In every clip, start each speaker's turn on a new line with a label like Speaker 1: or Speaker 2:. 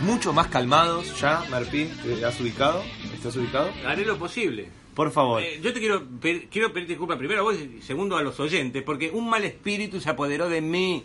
Speaker 1: Mucho más calmados ya, Marpín, ¿te has ubicado? ¿Estás ubicado?
Speaker 2: Haré lo posible.
Speaker 1: Por favor.
Speaker 2: Eh, yo te quiero, pe- quiero pedir disculpas primero a vos y segundo a los oyentes, porque un mal espíritu se apoderó de mí.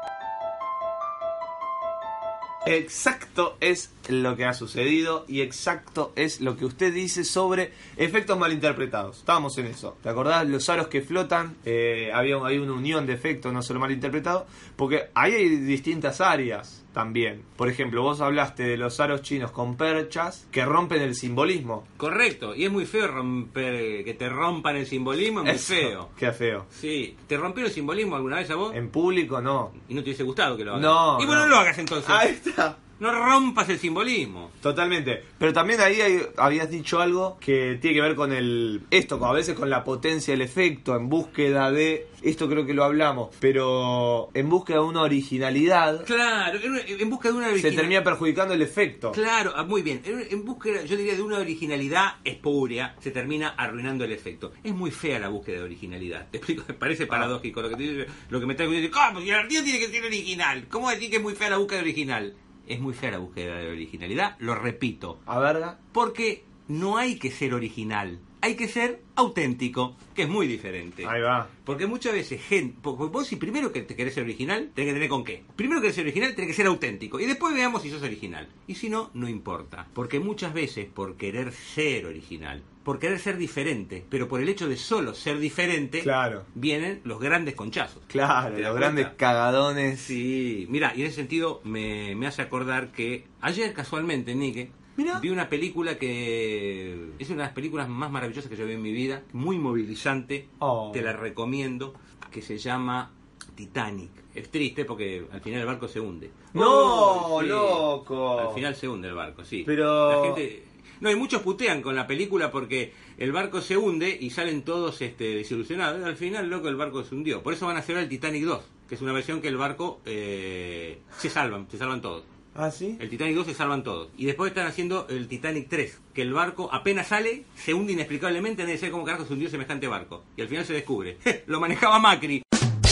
Speaker 1: Exacto es lo que ha sucedido y exacto es lo que usted dice sobre efectos malinterpretados. Estábamos en eso. ¿Te acordás? Los aros que flotan, eh, había, hay una unión de efectos, no solo malinterpretado, porque ahí hay distintas áreas también. Por ejemplo, vos hablaste de los aros chinos con perchas que rompen el simbolismo.
Speaker 2: Correcto, y es muy feo romper, que te rompan el simbolismo, es muy
Speaker 1: Eso,
Speaker 2: feo.
Speaker 1: Qué feo.
Speaker 2: Sí, ¿te rompió el simbolismo alguna vez a vos?
Speaker 1: En público no.
Speaker 2: Y no te hubiese gustado que lo hagas.
Speaker 1: No,
Speaker 2: Y bueno,
Speaker 1: no.
Speaker 2: Em. no lo hagas entonces.
Speaker 1: Ahí está.
Speaker 2: No rompas el simbolismo.
Speaker 1: Totalmente. Pero también ahí hay- habías dicho algo que tiene que ver con el. Esto, con- a veces con la potencia, el efecto, en búsqueda de. Esto creo que lo hablamos, pero en búsqueda de una originalidad,
Speaker 2: Claro, en, una- en busca de una
Speaker 1: se
Speaker 2: originalidad.
Speaker 1: termina perjudicando el efecto.
Speaker 2: Claro, ah, muy bien. En, en búsqueda, yo diría, de una originalidad espúrea, se termina arruinando el efecto. Es muy fea la búsqueda de originalidad. Te explico, me parece paradójico lo que, te digo- lo que me estás diciendo. ¿Cómo? Si el artista tiene que ser original. ¿Cómo decir que es muy fea la búsqueda de original? Es muy fea la búsqueda de originalidad, lo repito.
Speaker 1: A verga.
Speaker 2: Porque no hay que ser original, hay que ser auténtico, que es muy diferente.
Speaker 1: Ahí va.
Speaker 2: Porque muchas veces, gente, porque vos si primero que te querés ser original, tenés que tener con qué. Primero que querés ser original, tenés que ser auténtico. Y después veamos si sos original. Y si no, no importa. Porque muchas veces, por querer ser original, por querer ser diferente, pero por el hecho de solo ser diferente,
Speaker 1: Claro.
Speaker 2: vienen los grandes conchazos.
Speaker 1: Claro,
Speaker 2: ¿Te das
Speaker 1: los grandes
Speaker 2: cuenta?
Speaker 1: cagadones.
Speaker 2: Sí, mira, y en ese sentido me, me hace acordar que ayer casualmente, Nike,
Speaker 1: Mirá.
Speaker 2: vi una película que es una de las películas más maravillosas que yo vi en mi vida, muy movilizante,
Speaker 1: Oh.
Speaker 2: te la recomiendo, que se llama Titanic. Es triste porque al final el barco se hunde.
Speaker 1: No,
Speaker 2: sí.
Speaker 1: loco.
Speaker 2: Al final se hunde el barco, sí.
Speaker 1: Pero-
Speaker 2: La gente- No, y muchos putean con la película porque el barco se hunde y salen todos este, desilusionados. Al final, loco, el barco se hundió. Por eso van a hacer el Titanic 2, que es una versión que el barco eh, se salvan, se salvan todos.
Speaker 1: ¿Ah, sí?
Speaker 2: El Titanic 2 se salvan todos. Y después están haciendo el Titanic 3, que el barco apenas sale, se hunde inexplicablemente, nadie sabe cómo carajo se hundió semejante barco. Y al final se descubre. Lo manejaba Macri.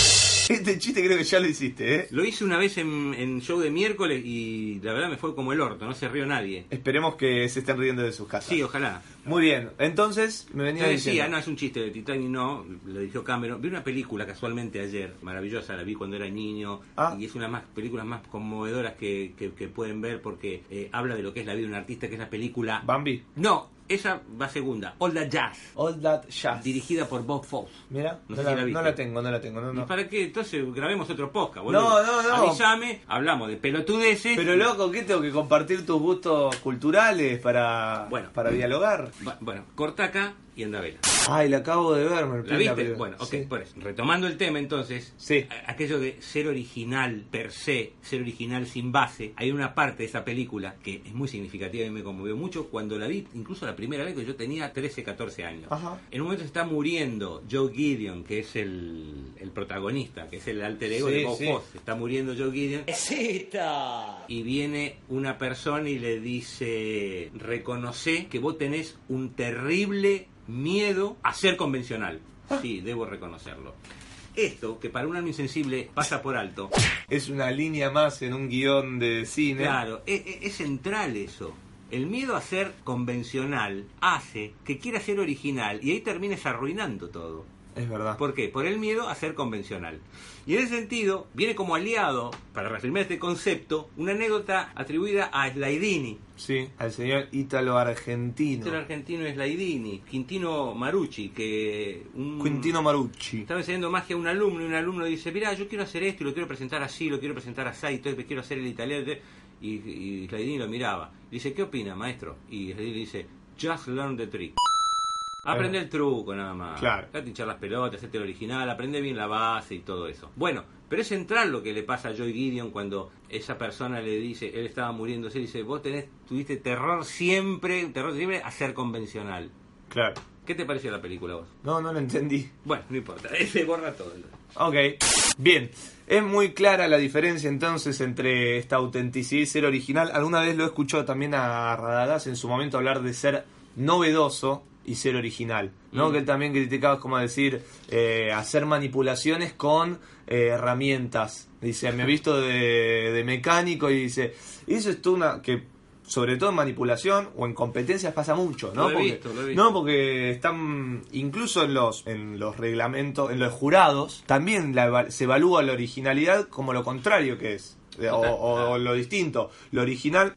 Speaker 1: Este chiste creo que ya lo hiciste, ¿eh?
Speaker 2: Lo hice una vez en, en show de miércoles y la verdad me fue como el orto, no se rió nadie.
Speaker 1: Esperemos que se estén riendo de sus casas.
Speaker 2: Sí, ojalá.
Speaker 1: Muy bien. Entonces, me venía
Speaker 2: Yo decía,
Speaker 1: diciendo.
Speaker 2: no, es un chiste de Titanic, no, lo dijo Cameron. Vi una película casualmente ayer, maravillosa, la vi cuando era niño,
Speaker 1: Ah.
Speaker 2: y es una de las películas más conmovedoras que, que- que pueden ver porque eh, habla de lo que es la vida de un artista, que es la película...
Speaker 1: Bambi.
Speaker 2: No, esa va segunda, All That Jazz,
Speaker 1: All that jazz.
Speaker 2: dirigida por Bob Fosse.
Speaker 1: Mira, no,
Speaker 2: No sé
Speaker 1: la,
Speaker 2: si la viste.
Speaker 1: no la tengo, no la tengo. No,
Speaker 2: ¿Y
Speaker 1: no.
Speaker 2: para qué? Entonces grabemos otro podcast,
Speaker 1: No,
Speaker 2: boludo.
Speaker 1: no, no.
Speaker 2: Avísame, hablamos de pelotudeces.
Speaker 1: Pero loco, ¿qué tengo que compartir tus gustos culturales para,
Speaker 2: Bueno.
Speaker 1: para dialogar?
Speaker 2: Va- Bueno, corta acá y anda a vela.
Speaker 1: Ay, la acabo de ver,
Speaker 2: ¿La
Speaker 1: Merpín,
Speaker 2: viste?
Speaker 1: película.
Speaker 2: Bueno, ok,
Speaker 1: Sí.
Speaker 2: por eso. Retomando el tema entonces,
Speaker 1: Sí.
Speaker 2: a- aquello de ser original per se, ser original sin base, hay una parte de esa película que es muy significativa y me conmovió mucho cuando la vi, incluso la primera vez que yo tenía 13, 14 años.
Speaker 1: Ajá.
Speaker 2: En un momento está muriendo Joe Gideon, que es el, el protagonista, que es el alter ego
Speaker 1: Sí,
Speaker 2: de Bob
Speaker 1: sí.
Speaker 2: Fosse. Está muriendo Joe Gideon y viene una persona y le dice, reconoce que vos tenés un terrible miedo a ser convencional.
Speaker 1: Ah.
Speaker 2: Sí, debo reconocerlo. Esto, que para un alma insensible pasa por alto.
Speaker 1: Es una línea más en un guión de cine.
Speaker 2: Claro, e- e- es, central eso. El miedo a ser convencional hace que quieras ser original y ahí termines arruinando todo.
Speaker 1: Es verdad.
Speaker 2: ¿Por qué? Por el miedo a ser convencional. Y en ese sentido, viene como aliado, para reafirmar este concepto, una anécdota atribuida a Slaidini,
Speaker 1: Sí, al señor Ítalo Argentino.
Speaker 2: El argentino es Laidini, Quintino Marucci, que un,
Speaker 1: Quintino Marucci.
Speaker 2: estaba enseñando magia a un alumno y un alumno dice, mira, yo quiero hacer esto y lo quiero presentar así, lo quiero presentar así, y todo, quiero hacer el italiano. Y, y Laidini lo miraba. Dice, ¿qué opina, maestro? Y Laidini dice, just learn the trick. Aprende el truco nada más.
Speaker 1: Claro.
Speaker 2: Dejate hinchar las pelotas, hacerte el original, aprende bien la base y todo eso. Bueno, Pero es central lo que le pasa a Joy Gideon cuando esa persona le dice, él estaba muriéndose, y dice, vos tenés, tuviste terror siempre, terror siempre a ser convencional.
Speaker 1: Claro.
Speaker 2: ¿Qué te pareció la película vos?
Speaker 1: No, no lo entendí.
Speaker 2: Bueno, no importa, se borra todo.
Speaker 1: Ok. Bien. Es muy clara la diferencia entonces entre esta autenticidad y ser original. Alguna vez lo he escuchado también a Radagás en su momento hablar de ser novedoso y ser original. ¿no?
Speaker 2: Mm.
Speaker 1: Que él también criticaba, es como decir, eh, hacer manipulaciones con eh, herramientas. Dice, me he visto de, de mecánico y dice, y eso es tú una... que sobre todo en manipulación o en competencias pasa mucho, ¿no?
Speaker 2: Lo he
Speaker 1: porque,
Speaker 2: visto, lo he visto.
Speaker 1: no, porque están incluso en los en los reglamentos, en los jurados, también la eva- se evalúa la originalidad como lo contrario que es. eh, O, o- o lo distinto. Lo original,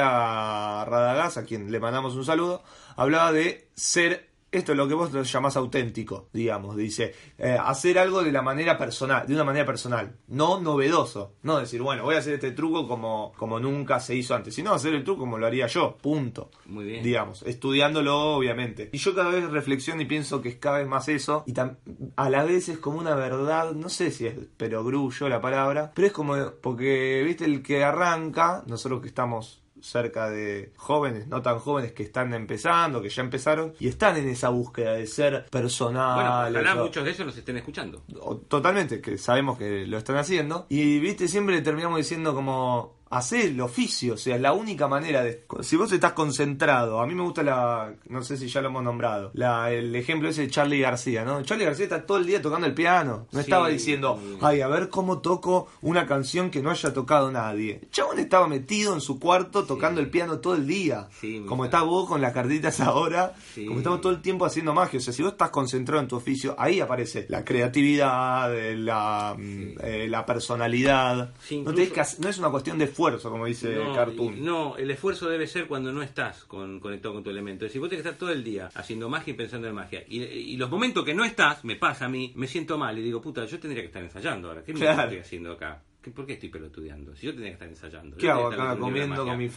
Speaker 1: decía Radagás, a quien le mandamos un saludo, hablaba de ser, esto es lo que vos lo llamás auténtico, digamos, dice, eh, hacer algo de la manera personal, de una manera personal, no novedoso, no decir, bueno, voy a hacer este truco como, como nunca se hizo antes, sino hacer el truco como lo haría yo, punto
Speaker 2: Muy bien.
Speaker 1: digamos, estudiándolo obviamente. Y yo cada vez reflexiono y pienso que es cada vez más eso, y tam- a la vez es como una verdad, no sé si es pero grullo la palabra, pero es como, porque, viste, el que arranca, nosotros que estamos cerca de jóvenes, no tan jóvenes, que están empezando, que ya empezaron, y están en esa búsqueda de ser personal.
Speaker 2: bueno, ojalá
Speaker 1: otro-
Speaker 2: muchos de ellos nos estén escuchando.
Speaker 1: o- totalmente, que sabemos que lo están haciendo. Y viste, siempre terminamos diciendo como hacer el oficio, o sea, es la única manera de si vos estás concentrado, a mí me gusta la no sé si ya lo hemos nombrado, la, el ejemplo ese de Charlie García, ¿no? Charlie García está todo el día tocando el piano, no
Speaker 2: Sí.
Speaker 1: estaba diciendo, ay, a ver cómo toco una canción que no haya tocado nadie. El chabón estaba metido en su cuarto tocando el piano todo el día,
Speaker 2: Sí,
Speaker 1: como
Speaker 2: mira.
Speaker 1: está vos con las cartitas ahora,
Speaker 2: Sí.
Speaker 1: como estamos todo todo el tiempo haciendo magia. O sea, si vos estás concentrado en tu oficio, ahí aparece la creatividad, eh, la, mm, eh, la personalidad.
Speaker 2: Sí,
Speaker 1: no,
Speaker 2: incluso-
Speaker 1: tenés que hacer- no es una cuestión de esfuerzo, como dice
Speaker 2: y-
Speaker 1: Cartoon.
Speaker 2: no, el esfuerzo debe ser cuando no estás con- conectado con tu elemento. Es decir, vos tenés que estar todo el día haciendo magia y pensando en magia. Y, y los momentos que no estás, me pasa a mí, me siento mal y digo, puta, yo tendría que estar ensayando ahora. ¿Qué mierda
Speaker 1: Claro.
Speaker 2: estoy haciendo acá? ¿Qué- ¿Por qué estoy pelotudeando? Si yo tendría que estar ensayando.
Speaker 1: ¿Qué
Speaker 2: yo
Speaker 1: hago
Speaker 2: tendría que
Speaker 1: acá
Speaker 2: estar aprendiendo
Speaker 1: comiendo
Speaker 2: la
Speaker 1: con mi
Speaker 2: magia.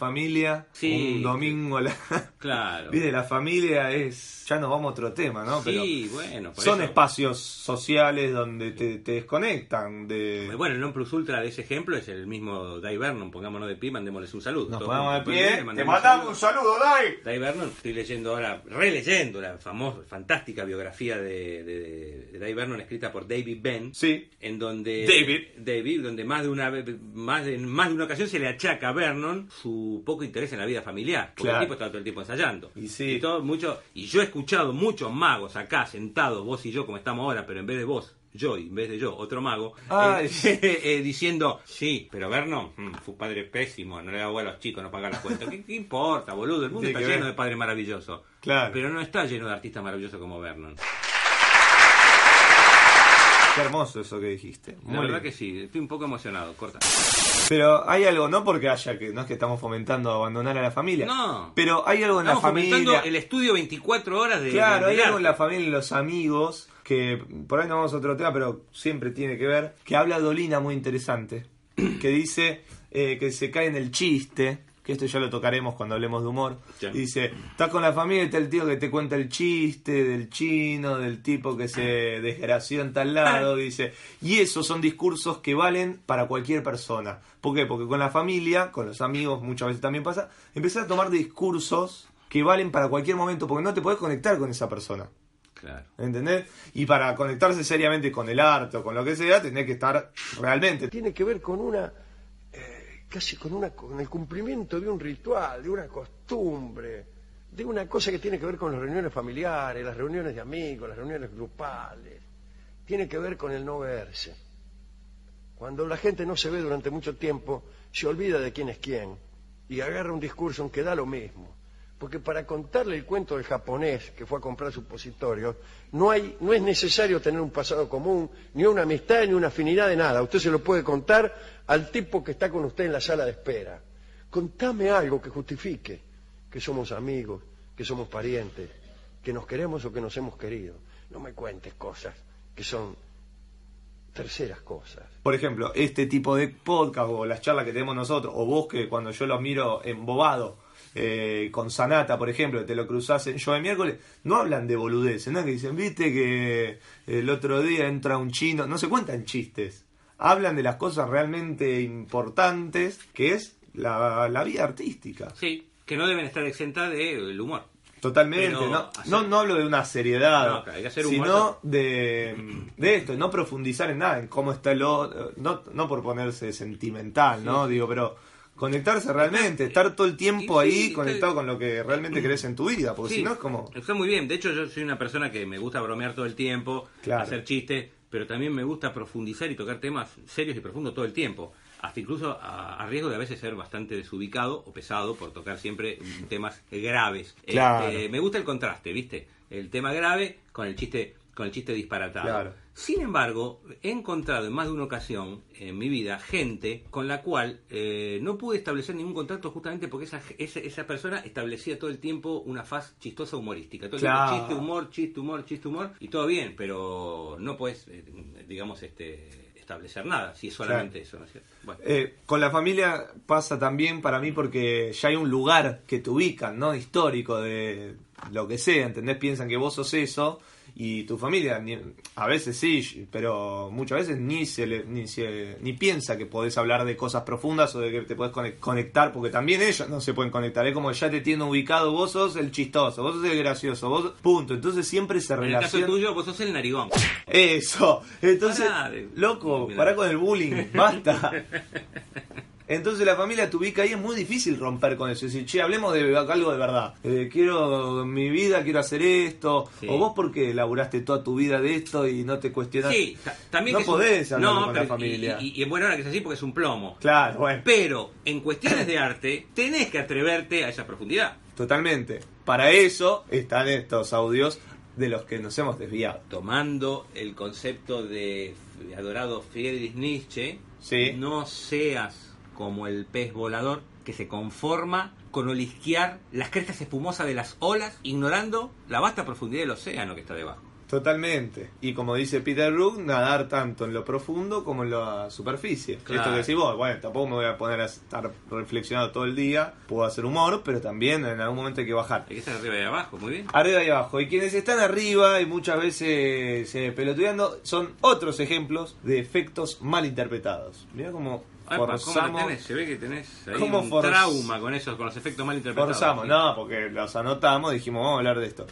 Speaker 1: familia?
Speaker 2: Sí.
Speaker 1: un domingo. a La...
Speaker 2: Claro.
Speaker 1: Viene la familia, es. Ya nos vamos a otro tema, ¿no? Pero
Speaker 2: sí, bueno. por
Speaker 1: son
Speaker 2: eso-
Speaker 1: espacios sociales donde te, te desconectan de.
Speaker 2: Bueno, el non plus ultra de ese ejemplo es el mismo Dai Vernon. Pongámonos de pie, mandémosles un saludo.
Speaker 1: Nos
Speaker 2: Todos
Speaker 1: ponemos de
Speaker 2: juntos, le
Speaker 1: pie. Te
Speaker 2: mandamos un
Speaker 1: mandamos
Speaker 2: saludo.
Speaker 1: un saludo, Dai.
Speaker 2: Dai Vernon, estoy leyendo ahora, releyendo la famosa, fantástica biografía de, de, de Dai Vernon escrita por David Benn.
Speaker 1: Sí.
Speaker 2: En donde
Speaker 1: David.
Speaker 2: David, donde más de una vez- más de, en más de una ocasión se le achaca a Vernon su poco interés en la vida familiar. Porque
Speaker 1: Claro.
Speaker 2: el tipo estaba todo el tiempo ensayando.
Speaker 1: Y sí.
Speaker 2: Y, todo, mucho, y yo he escuchado muchos magos acá sentados, vos y yo como estamos ahora, pero en vez de vos, yo, y en vez de yo, otro mago,
Speaker 1: Ay.
Speaker 2: eh, eh, diciendo, sí, pero Vernon mm, fue un padre pésimo, no le da bola a los chicos, no paga las cuentas. ¿Qué, qué importa, boludo? El mundo
Speaker 1: Tiene
Speaker 2: está
Speaker 1: que
Speaker 2: lleno
Speaker 1: ver.
Speaker 2: de padres maravillosos.
Speaker 1: Claro.
Speaker 2: Pero no está lleno de artistas maravillosos como Vernon.
Speaker 1: Qué hermoso eso que dijiste. Muy
Speaker 2: La verdad
Speaker 1: lindo.
Speaker 2: que sí, estoy un poco emocionado, corta.
Speaker 1: Pero hay algo, no porque haya que, no es que estamos fomentando abandonar a la familia.
Speaker 2: No.
Speaker 1: Pero hay algo en
Speaker 2: Estamos
Speaker 1: la familia.
Speaker 2: fomentando el estudio 24 horas de.
Speaker 1: Claro,
Speaker 2: de-
Speaker 1: hay
Speaker 2: del
Speaker 1: algo en la
Speaker 2: arte.
Speaker 1: familia y los amigos, que por ahí no vamos a otro tema, pero siempre tiene que ver, que habla Dolina muy interesante, que dice eh, que se cae en el chiste, que esto ya lo tocaremos cuando hablemos de humor,
Speaker 2: Ya.
Speaker 1: y dice, estás con la familia y está el tío que te cuenta el chiste del chino, del tipo que se desgració en tal lado, dice, y esos son discursos que valen para cualquier persona. ¿Por qué? Porque con la familia, con los amigos, muchas veces también pasa, empezás a tomar discursos que valen para cualquier momento, porque no te podés conectar con esa persona.
Speaker 2: Claro.
Speaker 1: ¿Entendés? Y para conectarse seriamente con el arte o con lo que sea, tenés que estar realmente.
Speaker 3: tiene que ver con una eh, casi con una con el cumplimiento de un ritual, de una costumbre, de una cosa que tiene que ver con las reuniones familiares, las reuniones de amigos, las reuniones grupales. Tiene que ver con el no verse. Cuando la gente no se ve durante mucho tiempo, se olvida de quién es quién y agarra un discurso aunque da lo mismo. Porque para contarle el cuento del japonés que fue a comprar supositorios, no, hay, no es necesario tener un pasado común, ni una amistad, ni una afinidad de nada. Usted se lo puede contar al tipo que está con usted en la sala de espera. Contame algo que justifique que somos amigos, que somos parientes, que nos queremos o que nos hemos querido. No me cuentes cosas que son terceras cosas.
Speaker 1: Por ejemplo, este tipo de podcast o las charlas que tenemos nosotros, o vos que cuando yo los miro embobado, eh, con Sanata, por ejemplo, que te lo cruzás en Yo de miércoles, no hablan de boludeces, ¿no? Que dicen, viste que el otro día entra un chino, no se cuentan chistes. hablan de las cosas realmente importantes, que es la, la vida artística.
Speaker 2: Sí, que no deben estar exentas del humor.
Speaker 1: Totalmente,
Speaker 2: Pero
Speaker 1: no,
Speaker 2: hacer-
Speaker 1: no, no hablo de una seriedad,
Speaker 2: No, claro, hay que hacer humor. Mm.
Speaker 1: sino de, de esto, no profundizar en nada, en cómo está el otro, no, no por ponerse sentimental, ¿no? Digo, pero conectarse realmente, estar todo el tiempo
Speaker 2: Y sí,
Speaker 1: ahí
Speaker 2: está-
Speaker 1: conectado con lo que realmente crees en tu vida, porque
Speaker 2: Sí,
Speaker 1: si no es como...
Speaker 2: Está muy bien. De hecho, yo soy una persona que me gusta bromear todo el tiempo,
Speaker 1: Claro.
Speaker 2: hacer chistes, pero también me gusta profundizar y tocar temas serios y profundos todo el tiempo. Hasta incluso a, a riesgo de a veces ser bastante desubicado o pesado por tocar siempre mm, temas graves.
Speaker 1: Claro.
Speaker 2: Este, me gusta el contraste, ¿viste? El tema grave con el chiste con el chiste disparatado.
Speaker 1: Claro.
Speaker 2: Sin embargo, he encontrado en más de una ocasión en mi vida gente con la cual eh, no pude establecer ningún contacto justamente porque esa, esa, esa persona establecía todo el tiempo una faz chistosa humorística. Todo el tiempo
Speaker 1: Claro.
Speaker 2: chiste, humor, chiste, humor, chiste, humor. Y todo bien, pero no puedes, eh, digamos, este establecer nada si es solamente eso, ¿no es cierto? Bueno.
Speaker 1: Eh, con la familia pasa también para mí porque ya hay un lugar que te ubican, ¿no? Histórico de lo que sea, ¿entendés? Piensan que vos sos eso y tu familia, ni- a veces sí, pero muchas veces ni se le- ni se- ni piensa que podés hablar de cosas profundas o de que te podés cone- conectar, porque también ellos no se pueden conectar, es como ya te tienen ubicado, vos sos el chistoso, vos sos el gracioso, vos punto, entonces siempre se
Speaker 2: En el caso
Speaker 1: relaciona
Speaker 2: tuyo, vos sos el narigón.
Speaker 1: eso. Entonces,
Speaker 2: Pará de-
Speaker 1: loco,
Speaker 2: Mirá.
Speaker 1: pará con el bullying, basta. Entonces la familia te ubica ahí, es muy difícil romper con eso. Decir, che, hablemos de algo de verdad. Eh, quiero mi vida, quiero hacer esto.
Speaker 2: Sí.
Speaker 1: O vos porque laburaste toda tu vida de esto y no te cuestionas.
Speaker 2: Sí, ta- también
Speaker 1: No
Speaker 2: que es un-
Speaker 1: podés hablar
Speaker 2: No,
Speaker 1: con la
Speaker 2: pero- y-
Speaker 1: familia.
Speaker 2: Y, y es buena hora que es así porque es un plomo.
Speaker 1: Claro, bueno.
Speaker 2: Pero en cuestiones de arte tenés que atreverte a esa profundidad.
Speaker 1: Totalmente. Para eso están estos audios de los que nos hemos desviado.
Speaker 2: Tomando el concepto de f- adorado Friedrich Nietzsche,
Speaker 1: Sí.
Speaker 2: no seas como el pez volador que se conforma con olisquear las crestas espumosas de las olas, ignorando la vasta profundidad del océano que está debajo.
Speaker 1: Totalmente. Y como dice Peter Brook, nadar tanto en lo profundo como en la superficie.
Speaker 2: Claro.
Speaker 1: Esto que decís vos, bueno, tampoco me voy a poner a estar reflexionando todo el día. Puedo hacer humor, pero también en algún momento hay que bajar.
Speaker 2: Hay que estar arriba y abajo, muy bien.
Speaker 1: Arriba y abajo. Y quienes están arriba y muchas veces eh, pelotudeando son otros ejemplos de efectos mal interpretados. Mirá cómo
Speaker 2: Ay, pa, ¿Cómo la
Speaker 1: forzamos.
Speaker 2: tenés? Se ve que tenés ahí
Speaker 1: ¿Cómo
Speaker 2: un
Speaker 1: forz-
Speaker 2: trauma con esos, con los efectos mal interpretados.
Speaker 1: Forzamos,
Speaker 2: ¿sí?
Speaker 1: no, porque los anotamos, dijimos, vamos a hablar de esto.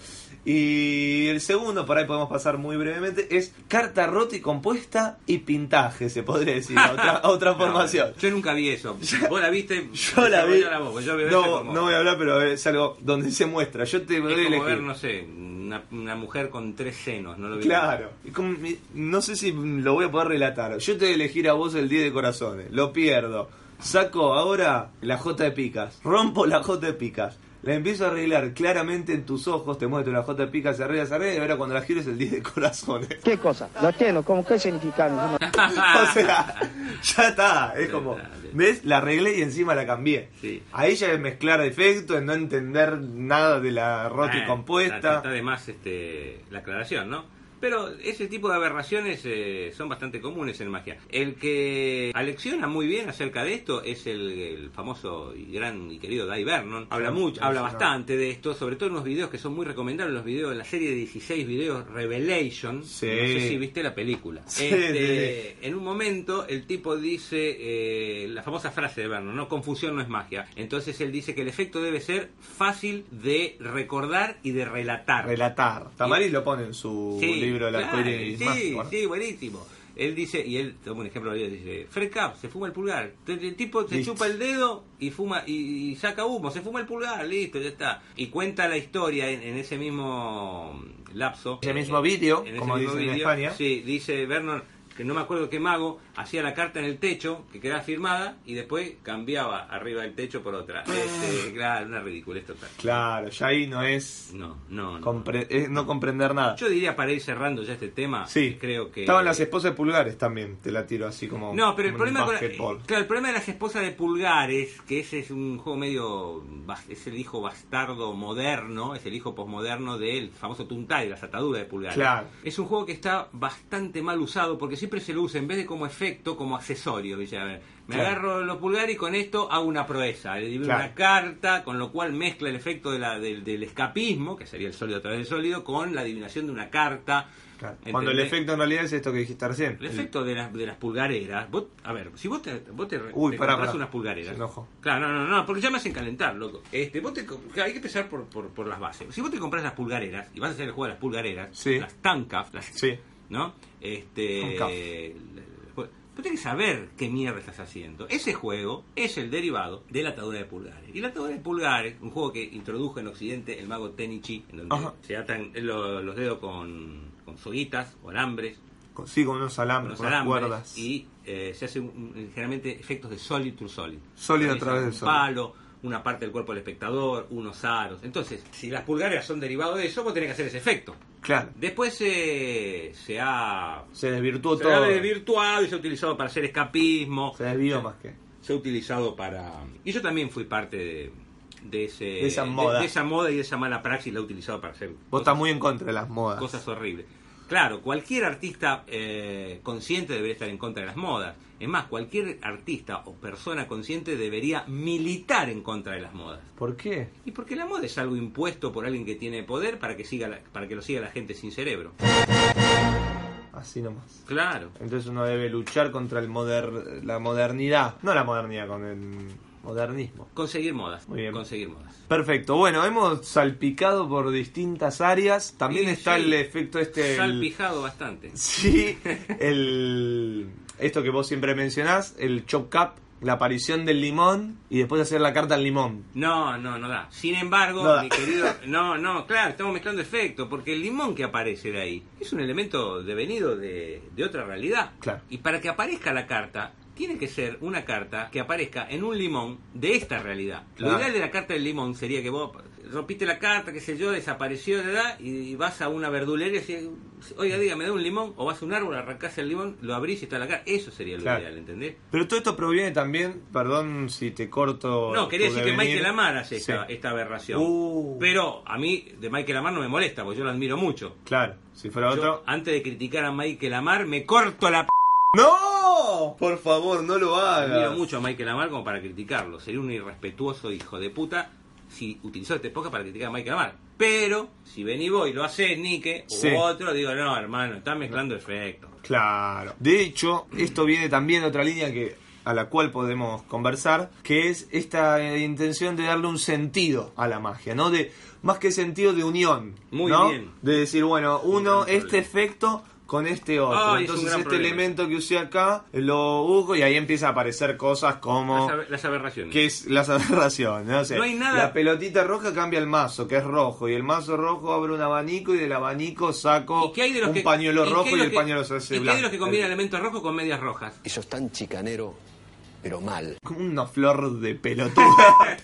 Speaker 1: Y el segundo, por ahí podemos pasar muy brevemente, es carta rota y compuesta y pintaje, se podría decir, o, tra- o transformación.
Speaker 2: No, yo nunca vi eso. Vos la viste,
Speaker 1: Yo la vi.
Speaker 2: vos, yo veo eso
Speaker 1: No,
Speaker 2: como-
Speaker 1: no voy a hablar, pero es algo donde se muestra. Yo te voy a
Speaker 2: Es como
Speaker 1: elegir.
Speaker 2: ver, no sé, una, una mujer con tres senos, no lo vi.
Speaker 1: Claro. Y como mi- no sé si lo voy a poder relatar. Yo te voy a elegir a vos el 10 de corazones. Lo pierdo. Saco ahora la J de picas. Rompo la J de picas. La empiezo a arreglar claramente en tus ojos. Te muestro la J de picas, se arregla, se arregla. Y ahora cuando la giro es el 10 de corazones.
Speaker 4: ¿Qué cosa? Los tenos, ¿cómo qué significan?
Speaker 1: o sea, ya está. Es como, ¿ves? La arreglé y encima la cambié.
Speaker 2: Sí.
Speaker 1: Ahí ya es mezclar defectos, en no entender nada de la rota y
Speaker 2: Ah,
Speaker 1: compuesta.
Speaker 2: Está, está de más este, la aclaración, ¿no? Pero ese tipo de aberraciones eh, son bastante comunes en magia. El que alecciona muy bien acerca de esto es el, el famoso y gran y querido Guy Vernon. Habla mucho, habla bastante de esto, sobre todo en unos videos que son muy recomendables, los videos, la serie de 16 videos Revelation.
Speaker 1: Sí.
Speaker 2: No sé si viste la película.
Speaker 1: Sí,
Speaker 2: Este, en un momento el tipo dice eh, la famosa frase de Vernon, ¿no? Confusión no es magia. Entonces él dice que el efecto debe ser fácil de recordar y de relatar.
Speaker 1: Relatar. Tamariz lo pone en su
Speaker 2: Sí,
Speaker 1: libro La
Speaker 2: claro,
Speaker 1: Coiris
Speaker 2: Sí,
Speaker 1: Más, bueno.
Speaker 2: sí, buenísimo. Él dice, y él toma un ejemplo, él dice, Fred Kapp, se fuma el pulgar. El el tipo se
Speaker 1: Listo.
Speaker 2: chupa el dedo y fuma y, y saca humo, se fuma el pulgar, listo, ya está. Y cuenta la historia en, en ese mismo lapso.
Speaker 1: Ese mismo vídeo,
Speaker 2: en ese
Speaker 1: como
Speaker 2: mismo
Speaker 1: dicen en
Speaker 2: vídeo,
Speaker 1: España.
Speaker 2: Sí, dice Vernon que no me acuerdo qué mago hacía la carta en el techo que quedaba firmada y después cambiaba arriba del techo por otra. Este, claro, una ridiculez total.
Speaker 1: Claro, ya ahí no es,
Speaker 2: No, no, no.
Speaker 1: compre- es no comprender nada.
Speaker 2: Yo diría para ir cerrando ya este tema,
Speaker 1: sí,
Speaker 2: creo que...
Speaker 1: Estaban las esposas de pulgares también, te la tiro así como.
Speaker 2: No, pero el
Speaker 1: como en
Speaker 2: problema, con la- eh,
Speaker 1: básquetbol.
Speaker 2: claro, el problema de las esposas de pulgares, que ese es un juego medio. bas- es el hijo bastardo moderno, es el hijo posmoderno del famoso Tuntai, las ataduras de pulgares.
Speaker 1: Claro.
Speaker 2: Es un juego que está bastante mal usado porque siempre se lo usa en vez de como efecto, como accesorio. ¿viste? A ver, me
Speaker 1: Claro.
Speaker 2: agarro los pulgares y con esto hago una proeza. Le dibujo
Speaker 1: Claro.
Speaker 2: una carta, con lo cual mezcla el efecto de la- del, del escapismo, que sería el sólido a través del sólido, con la adivinación de una carta.
Speaker 1: Cuando el
Speaker 2: ¿Entendés?
Speaker 1: efecto en realidad es esto que dijiste recién.
Speaker 2: El efecto de las, de las pulgareras. Vos, a ver, si vos te, vos te,
Speaker 1: Uy,
Speaker 2: te
Speaker 1: pará,
Speaker 2: compras
Speaker 1: pará.
Speaker 2: unas pulgareras.
Speaker 1: Se enojó.
Speaker 2: Claro, no, no, no, porque ya me hacen calentar, loco. Este, vos te, co- hay que empezar por, por, por las bases. Si vos te compras las pulgareras y vas a hacer el juego de las pulgareras,
Speaker 1: Sí.
Speaker 2: las tancaf, las,
Speaker 1: Sí.
Speaker 2: ¿no? Este,
Speaker 1: Tancaf.
Speaker 2: el- el juego- Vos tenés que saber qué mierda estás haciendo. Ese juego es el derivado de la atadura de pulgares. Y la atadura de pulgares, un juego que introdujo en Occidente el mago Tenichi, en donde
Speaker 1: Ajá.
Speaker 2: se atan lo- los dedos con, con soguitas o alambres
Speaker 1: Con- Sí, con unos alambres,
Speaker 2: los
Speaker 1: con unas
Speaker 2: alambres
Speaker 1: cuerdas.
Speaker 2: y eh, se hacen un- un- generalmente efectos de solid to solid.
Speaker 1: Sólido a
Speaker 2: Realizan
Speaker 1: través del
Speaker 2: un
Speaker 1: sólido.
Speaker 2: palo, una parte del cuerpo del espectador, unos aros. Entonces, si las pulgares son derivados de eso, vos tenés que hacer ese efecto.
Speaker 1: Claro.
Speaker 2: Después eh, se ha
Speaker 1: Se desvirtuó
Speaker 2: se ha
Speaker 1: todo.
Speaker 2: desvirtuado y se ha utilizado para hacer escapismo,
Speaker 1: Se desvió más que.
Speaker 2: se ha utilizado para... Y yo también fui parte de, de ese,
Speaker 1: De esa moda.
Speaker 2: de esa moda y de esa mala praxis la he utilizado para hacer
Speaker 1: Vos estás muy en contra de las modas.
Speaker 2: cosas horribles. Claro, cualquier artista eh, consciente debería estar en contra de las modas. Es más, cualquier artista o persona consciente debería militar en contra de las modas.
Speaker 1: ¿Por qué?
Speaker 2: Y porque la moda es algo impuesto por alguien que tiene poder para que siga la- para que lo siga la gente sin cerebro.
Speaker 1: Así nomás.
Speaker 2: Claro.
Speaker 1: Entonces uno debe luchar contra el moder... la modernidad. No la modernidad, con el modernismo.
Speaker 2: Conseguir modas.
Speaker 1: Muy bien.
Speaker 2: Conseguir modas.
Speaker 1: Perfecto, bueno, hemos salpicado por distintas áreas. También
Speaker 2: Y
Speaker 1: está
Speaker 2: sí.
Speaker 1: el efecto este. el-
Speaker 2: Salpijado bastante.
Speaker 1: Sí, el. Esto que vos siempre mencionás, el chop cup, la aparición del limón y después hacer la carta al limón.
Speaker 2: No, no, no da. Sin embargo,
Speaker 1: No da.
Speaker 2: mi querido. No, no, claro, estamos mezclando efectos, porque el limón que aparece de ahí es un elemento devenido de, de otra realidad.
Speaker 1: Claro.
Speaker 2: Y para que aparezca la carta, tiene que ser una carta que aparezca en un limón de esta realidad.
Speaker 1: Claro.
Speaker 2: Lo ideal de la carta del limón sería que vos rompiste la carta, qué sé yo, desapareció, ¿verdad? Y vas a una verdulería y decís, oiga, diga, me da un limón, o vas a un árbol, arrancás el limón, lo abrís y está la carta. Eso sería lo
Speaker 1: Claro.
Speaker 2: ideal, ¿entendés?
Speaker 1: Pero todo esto proviene también, perdón si te corto.
Speaker 2: No, quería
Speaker 1: tu
Speaker 2: decir que
Speaker 1: devenir.
Speaker 2: Michael Amar hace esta,
Speaker 1: Sí.
Speaker 2: esta aberración.
Speaker 1: Uh.
Speaker 2: Pero a mí de Michael Amar no me molesta, porque yo lo admiro mucho.
Speaker 1: Claro, si fuera
Speaker 2: Yo,
Speaker 1: otro.
Speaker 2: antes de criticar a Michael Amar, me corto la p.
Speaker 1: ¡No! Por favor, no lo
Speaker 2: Admiro
Speaker 1: hagas.
Speaker 2: mucho a Michael Amar como para criticarlo. Sería un irrespetuoso hijo de puta si utilizó este podcast para criticar a Michael Amar. Pero si ven y voy, lo hace Nike u
Speaker 1: Sí.
Speaker 2: otro, digo, no, hermano, está mezclando efectos.
Speaker 1: Claro. De hecho, esto viene también de otra línea que a la cual podemos conversar, que es esta eh, intención de darle un sentido a la magia, ¿no? De más que sentido de unión,
Speaker 2: Muy
Speaker 1: ¿no?
Speaker 2: bien.
Speaker 1: De decir, bueno, uno
Speaker 2: gran
Speaker 1: este
Speaker 2: problema.
Speaker 1: efecto con este otro.
Speaker 2: Ay, es un
Speaker 1: Entonces
Speaker 2: gran
Speaker 1: este
Speaker 2: problema.
Speaker 1: elemento que usé acá lo busco y ahí empieza a aparecer cosas como
Speaker 2: Las, abe- las aberraciones.
Speaker 1: que es las aberraciones. No, O sea,
Speaker 2: No hay nada-
Speaker 1: La pelotita roja cambia el mazo, que es rojo, y el mazo rojo abre un abanico y del abanico saco
Speaker 2: ¿Y qué hay de los
Speaker 1: un
Speaker 2: que-
Speaker 1: pañuelo
Speaker 2: y qué
Speaker 1: rojo
Speaker 2: hay
Speaker 1: y
Speaker 2: los
Speaker 1: el
Speaker 2: que-
Speaker 1: pañuelo se hace
Speaker 2: ¿Y qué hay de
Speaker 1: blanco.
Speaker 2: los que combinan elementos rojos con medias rojas?
Speaker 5: Eso es tan chicanero, pero mal.
Speaker 1: Como una flor de pelotuda.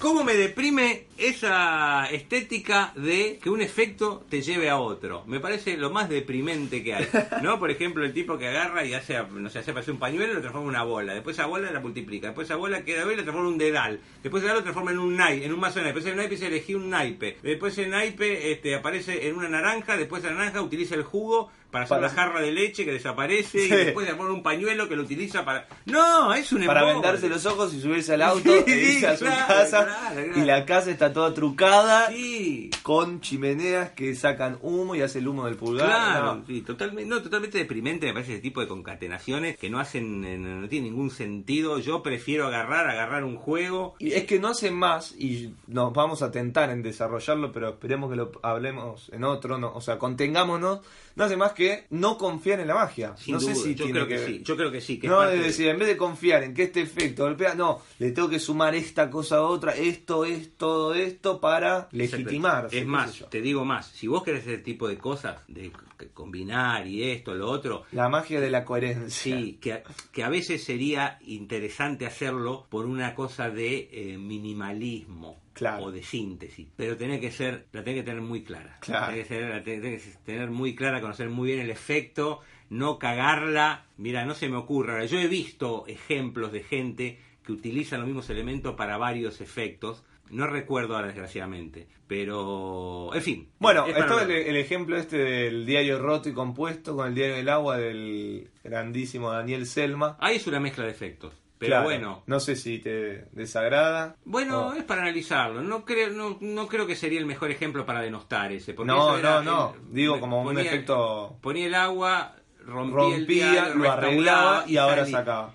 Speaker 2: ¿Cómo me deprime esa estética de que un efecto te lleve a otro? Me parece lo más deprimente que hay. ¿No? Por ejemplo, el tipo que agarra y hace, no sé, hace aparecer un pañuelo y lo transforma en una bola. Después esa bola la multiplica. Después esa bola queda y la transforma en un dedal. Después el dedal lo transforma en un naipe, en un mazo de naipes. Después el naipe se elegí un naipe. Después el naipe este, aparece en una naranja. Después la naranja utiliza el jugo para hacer
Speaker 1: Para-
Speaker 2: una jarra de leche que desaparece.
Speaker 1: Sí.
Speaker 2: Y después le pone un pañuelo que lo utiliza para. ¡No! Es un
Speaker 1: Para
Speaker 2: embole.
Speaker 1: vendarse los ojos y subirse al auto
Speaker 2: Sí,
Speaker 1: e irse a su
Speaker 2: claro,
Speaker 1: casa.
Speaker 2: claro, claro.
Speaker 1: Y la casa está toda trucada
Speaker 2: Sí.
Speaker 1: con chimeneas que sacan humo y hace el humo del pulgar.
Speaker 2: Claro,
Speaker 1: No.
Speaker 2: sí, totalmente, no, totalmente deprimente me parece ese tipo de concatenaciones que no hacen, eh, no, no tiene ningún sentido. Yo prefiero agarrar, agarrar un juego.
Speaker 1: Y es que no hacen más y nos vamos a tentar en desarrollarlo, pero esperemos que lo hablemos en otro, no, o sea, contengámonos, no hace más que no confiar en la magia.
Speaker 2: Sin
Speaker 1: no sé
Speaker 2: duda,
Speaker 1: si
Speaker 2: yo
Speaker 1: tiene
Speaker 2: creo que
Speaker 1: ver.
Speaker 2: sí, yo creo que sí, que es
Speaker 1: no,
Speaker 2: parte
Speaker 1: es
Speaker 2: de-
Speaker 1: decir, en vez de confiar en que este efecto golpea, no, le tengo que sumar esta cosa a otra, esto es todo esto para legitimarse.
Speaker 2: Es
Speaker 1: qué
Speaker 2: más,
Speaker 1: sé yo.
Speaker 2: te digo más, si vos querés ese tipo de cosas, de c- combinar y esto, lo otro,
Speaker 1: la magia de la coherencia.
Speaker 2: Sí, que, a- que a veces sería interesante hacerlo por una cosa de eh, minimalismo
Speaker 1: Claro.
Speaker 2: o de síntesis, pero tenés que ser, la tenés que tener muy clara,
Speaker 1: Claro.
Speaker 2: La tenés que ser- la tenés- tenés que tener muy clara, conocer muy bien el efecto, no cagarla, mira, no se me ocurra, Ahora, yo he visto ejemplos de gente que utiliza los mismos elementos para varios efectos, no recuerdo ahora desgraciadamente, pero en fin.
Speaker 1: Bueno,
Speaker 2: es para
Speaker 1: esto es el,
Speaker 2: hablar.
Speaker 1: el ejemplo este del diario roto y compuesto con el diario del agua del grandísimo Daniel Selma.
Speaker 2: Ahí es una mezcla de efectos. Pero
Speaker 1: Claro,
Speaker 2: bueno.
Speaker 1: No sé si te desagrada.
Speaker 2: Bueno,
Speaker 1: No.
Speaker 2: eh, es para analizarlo. No creo, no, no creo que sería el mejor ejemplo para denostar ese. porque
Speaker 1: No,
Speaker 2: eso era-
Speaker 1: no, no.
Speaker 2: eh,
Speaker 1: Digo, como un efecto-
Speaker 2: Ponía el agua, rompía, el
Speaker 1: Rompía,
Speaker 2: dial,
Speaker 1: lo
Speaker 2: restauraba
Speaker 1: arreglaba y ahora
Speaker 2: salía.
Speaker 1: sacaba.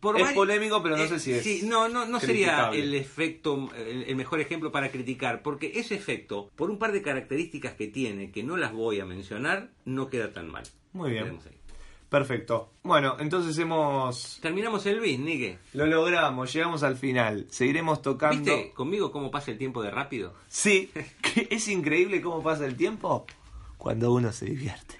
Speaker 2: Por
Speaker 1: Es
Speaker 2: vari- eh,
Speaker 1: polémico, pero no sé si es
Speaker 2: sí, no, no, no sería
Speaker 1: criticable.
Speaker 2: el efecto, el, el mejor ejemplo para criticar, porque ese efecto, por un par de características que tiene, que no las voy a mencionar, no queda tan mal.
Speaker 1: Muy bien.
Speaker 2: Quedemos ahí.
Speaker 1: Perfecto. Bueno, entonces hemos.
Speaker 2: Terminamos el bis, Nigue.
Speaker 1: Lo logramos, llegamos al final. Seguiremos tocando.
Speaker 2: ¿Viste conmigo cómo pasa el tiempo de rápido?
Speaker 1: Sí, que es increíble cómo pasa el tiempo cuando uno se divierte.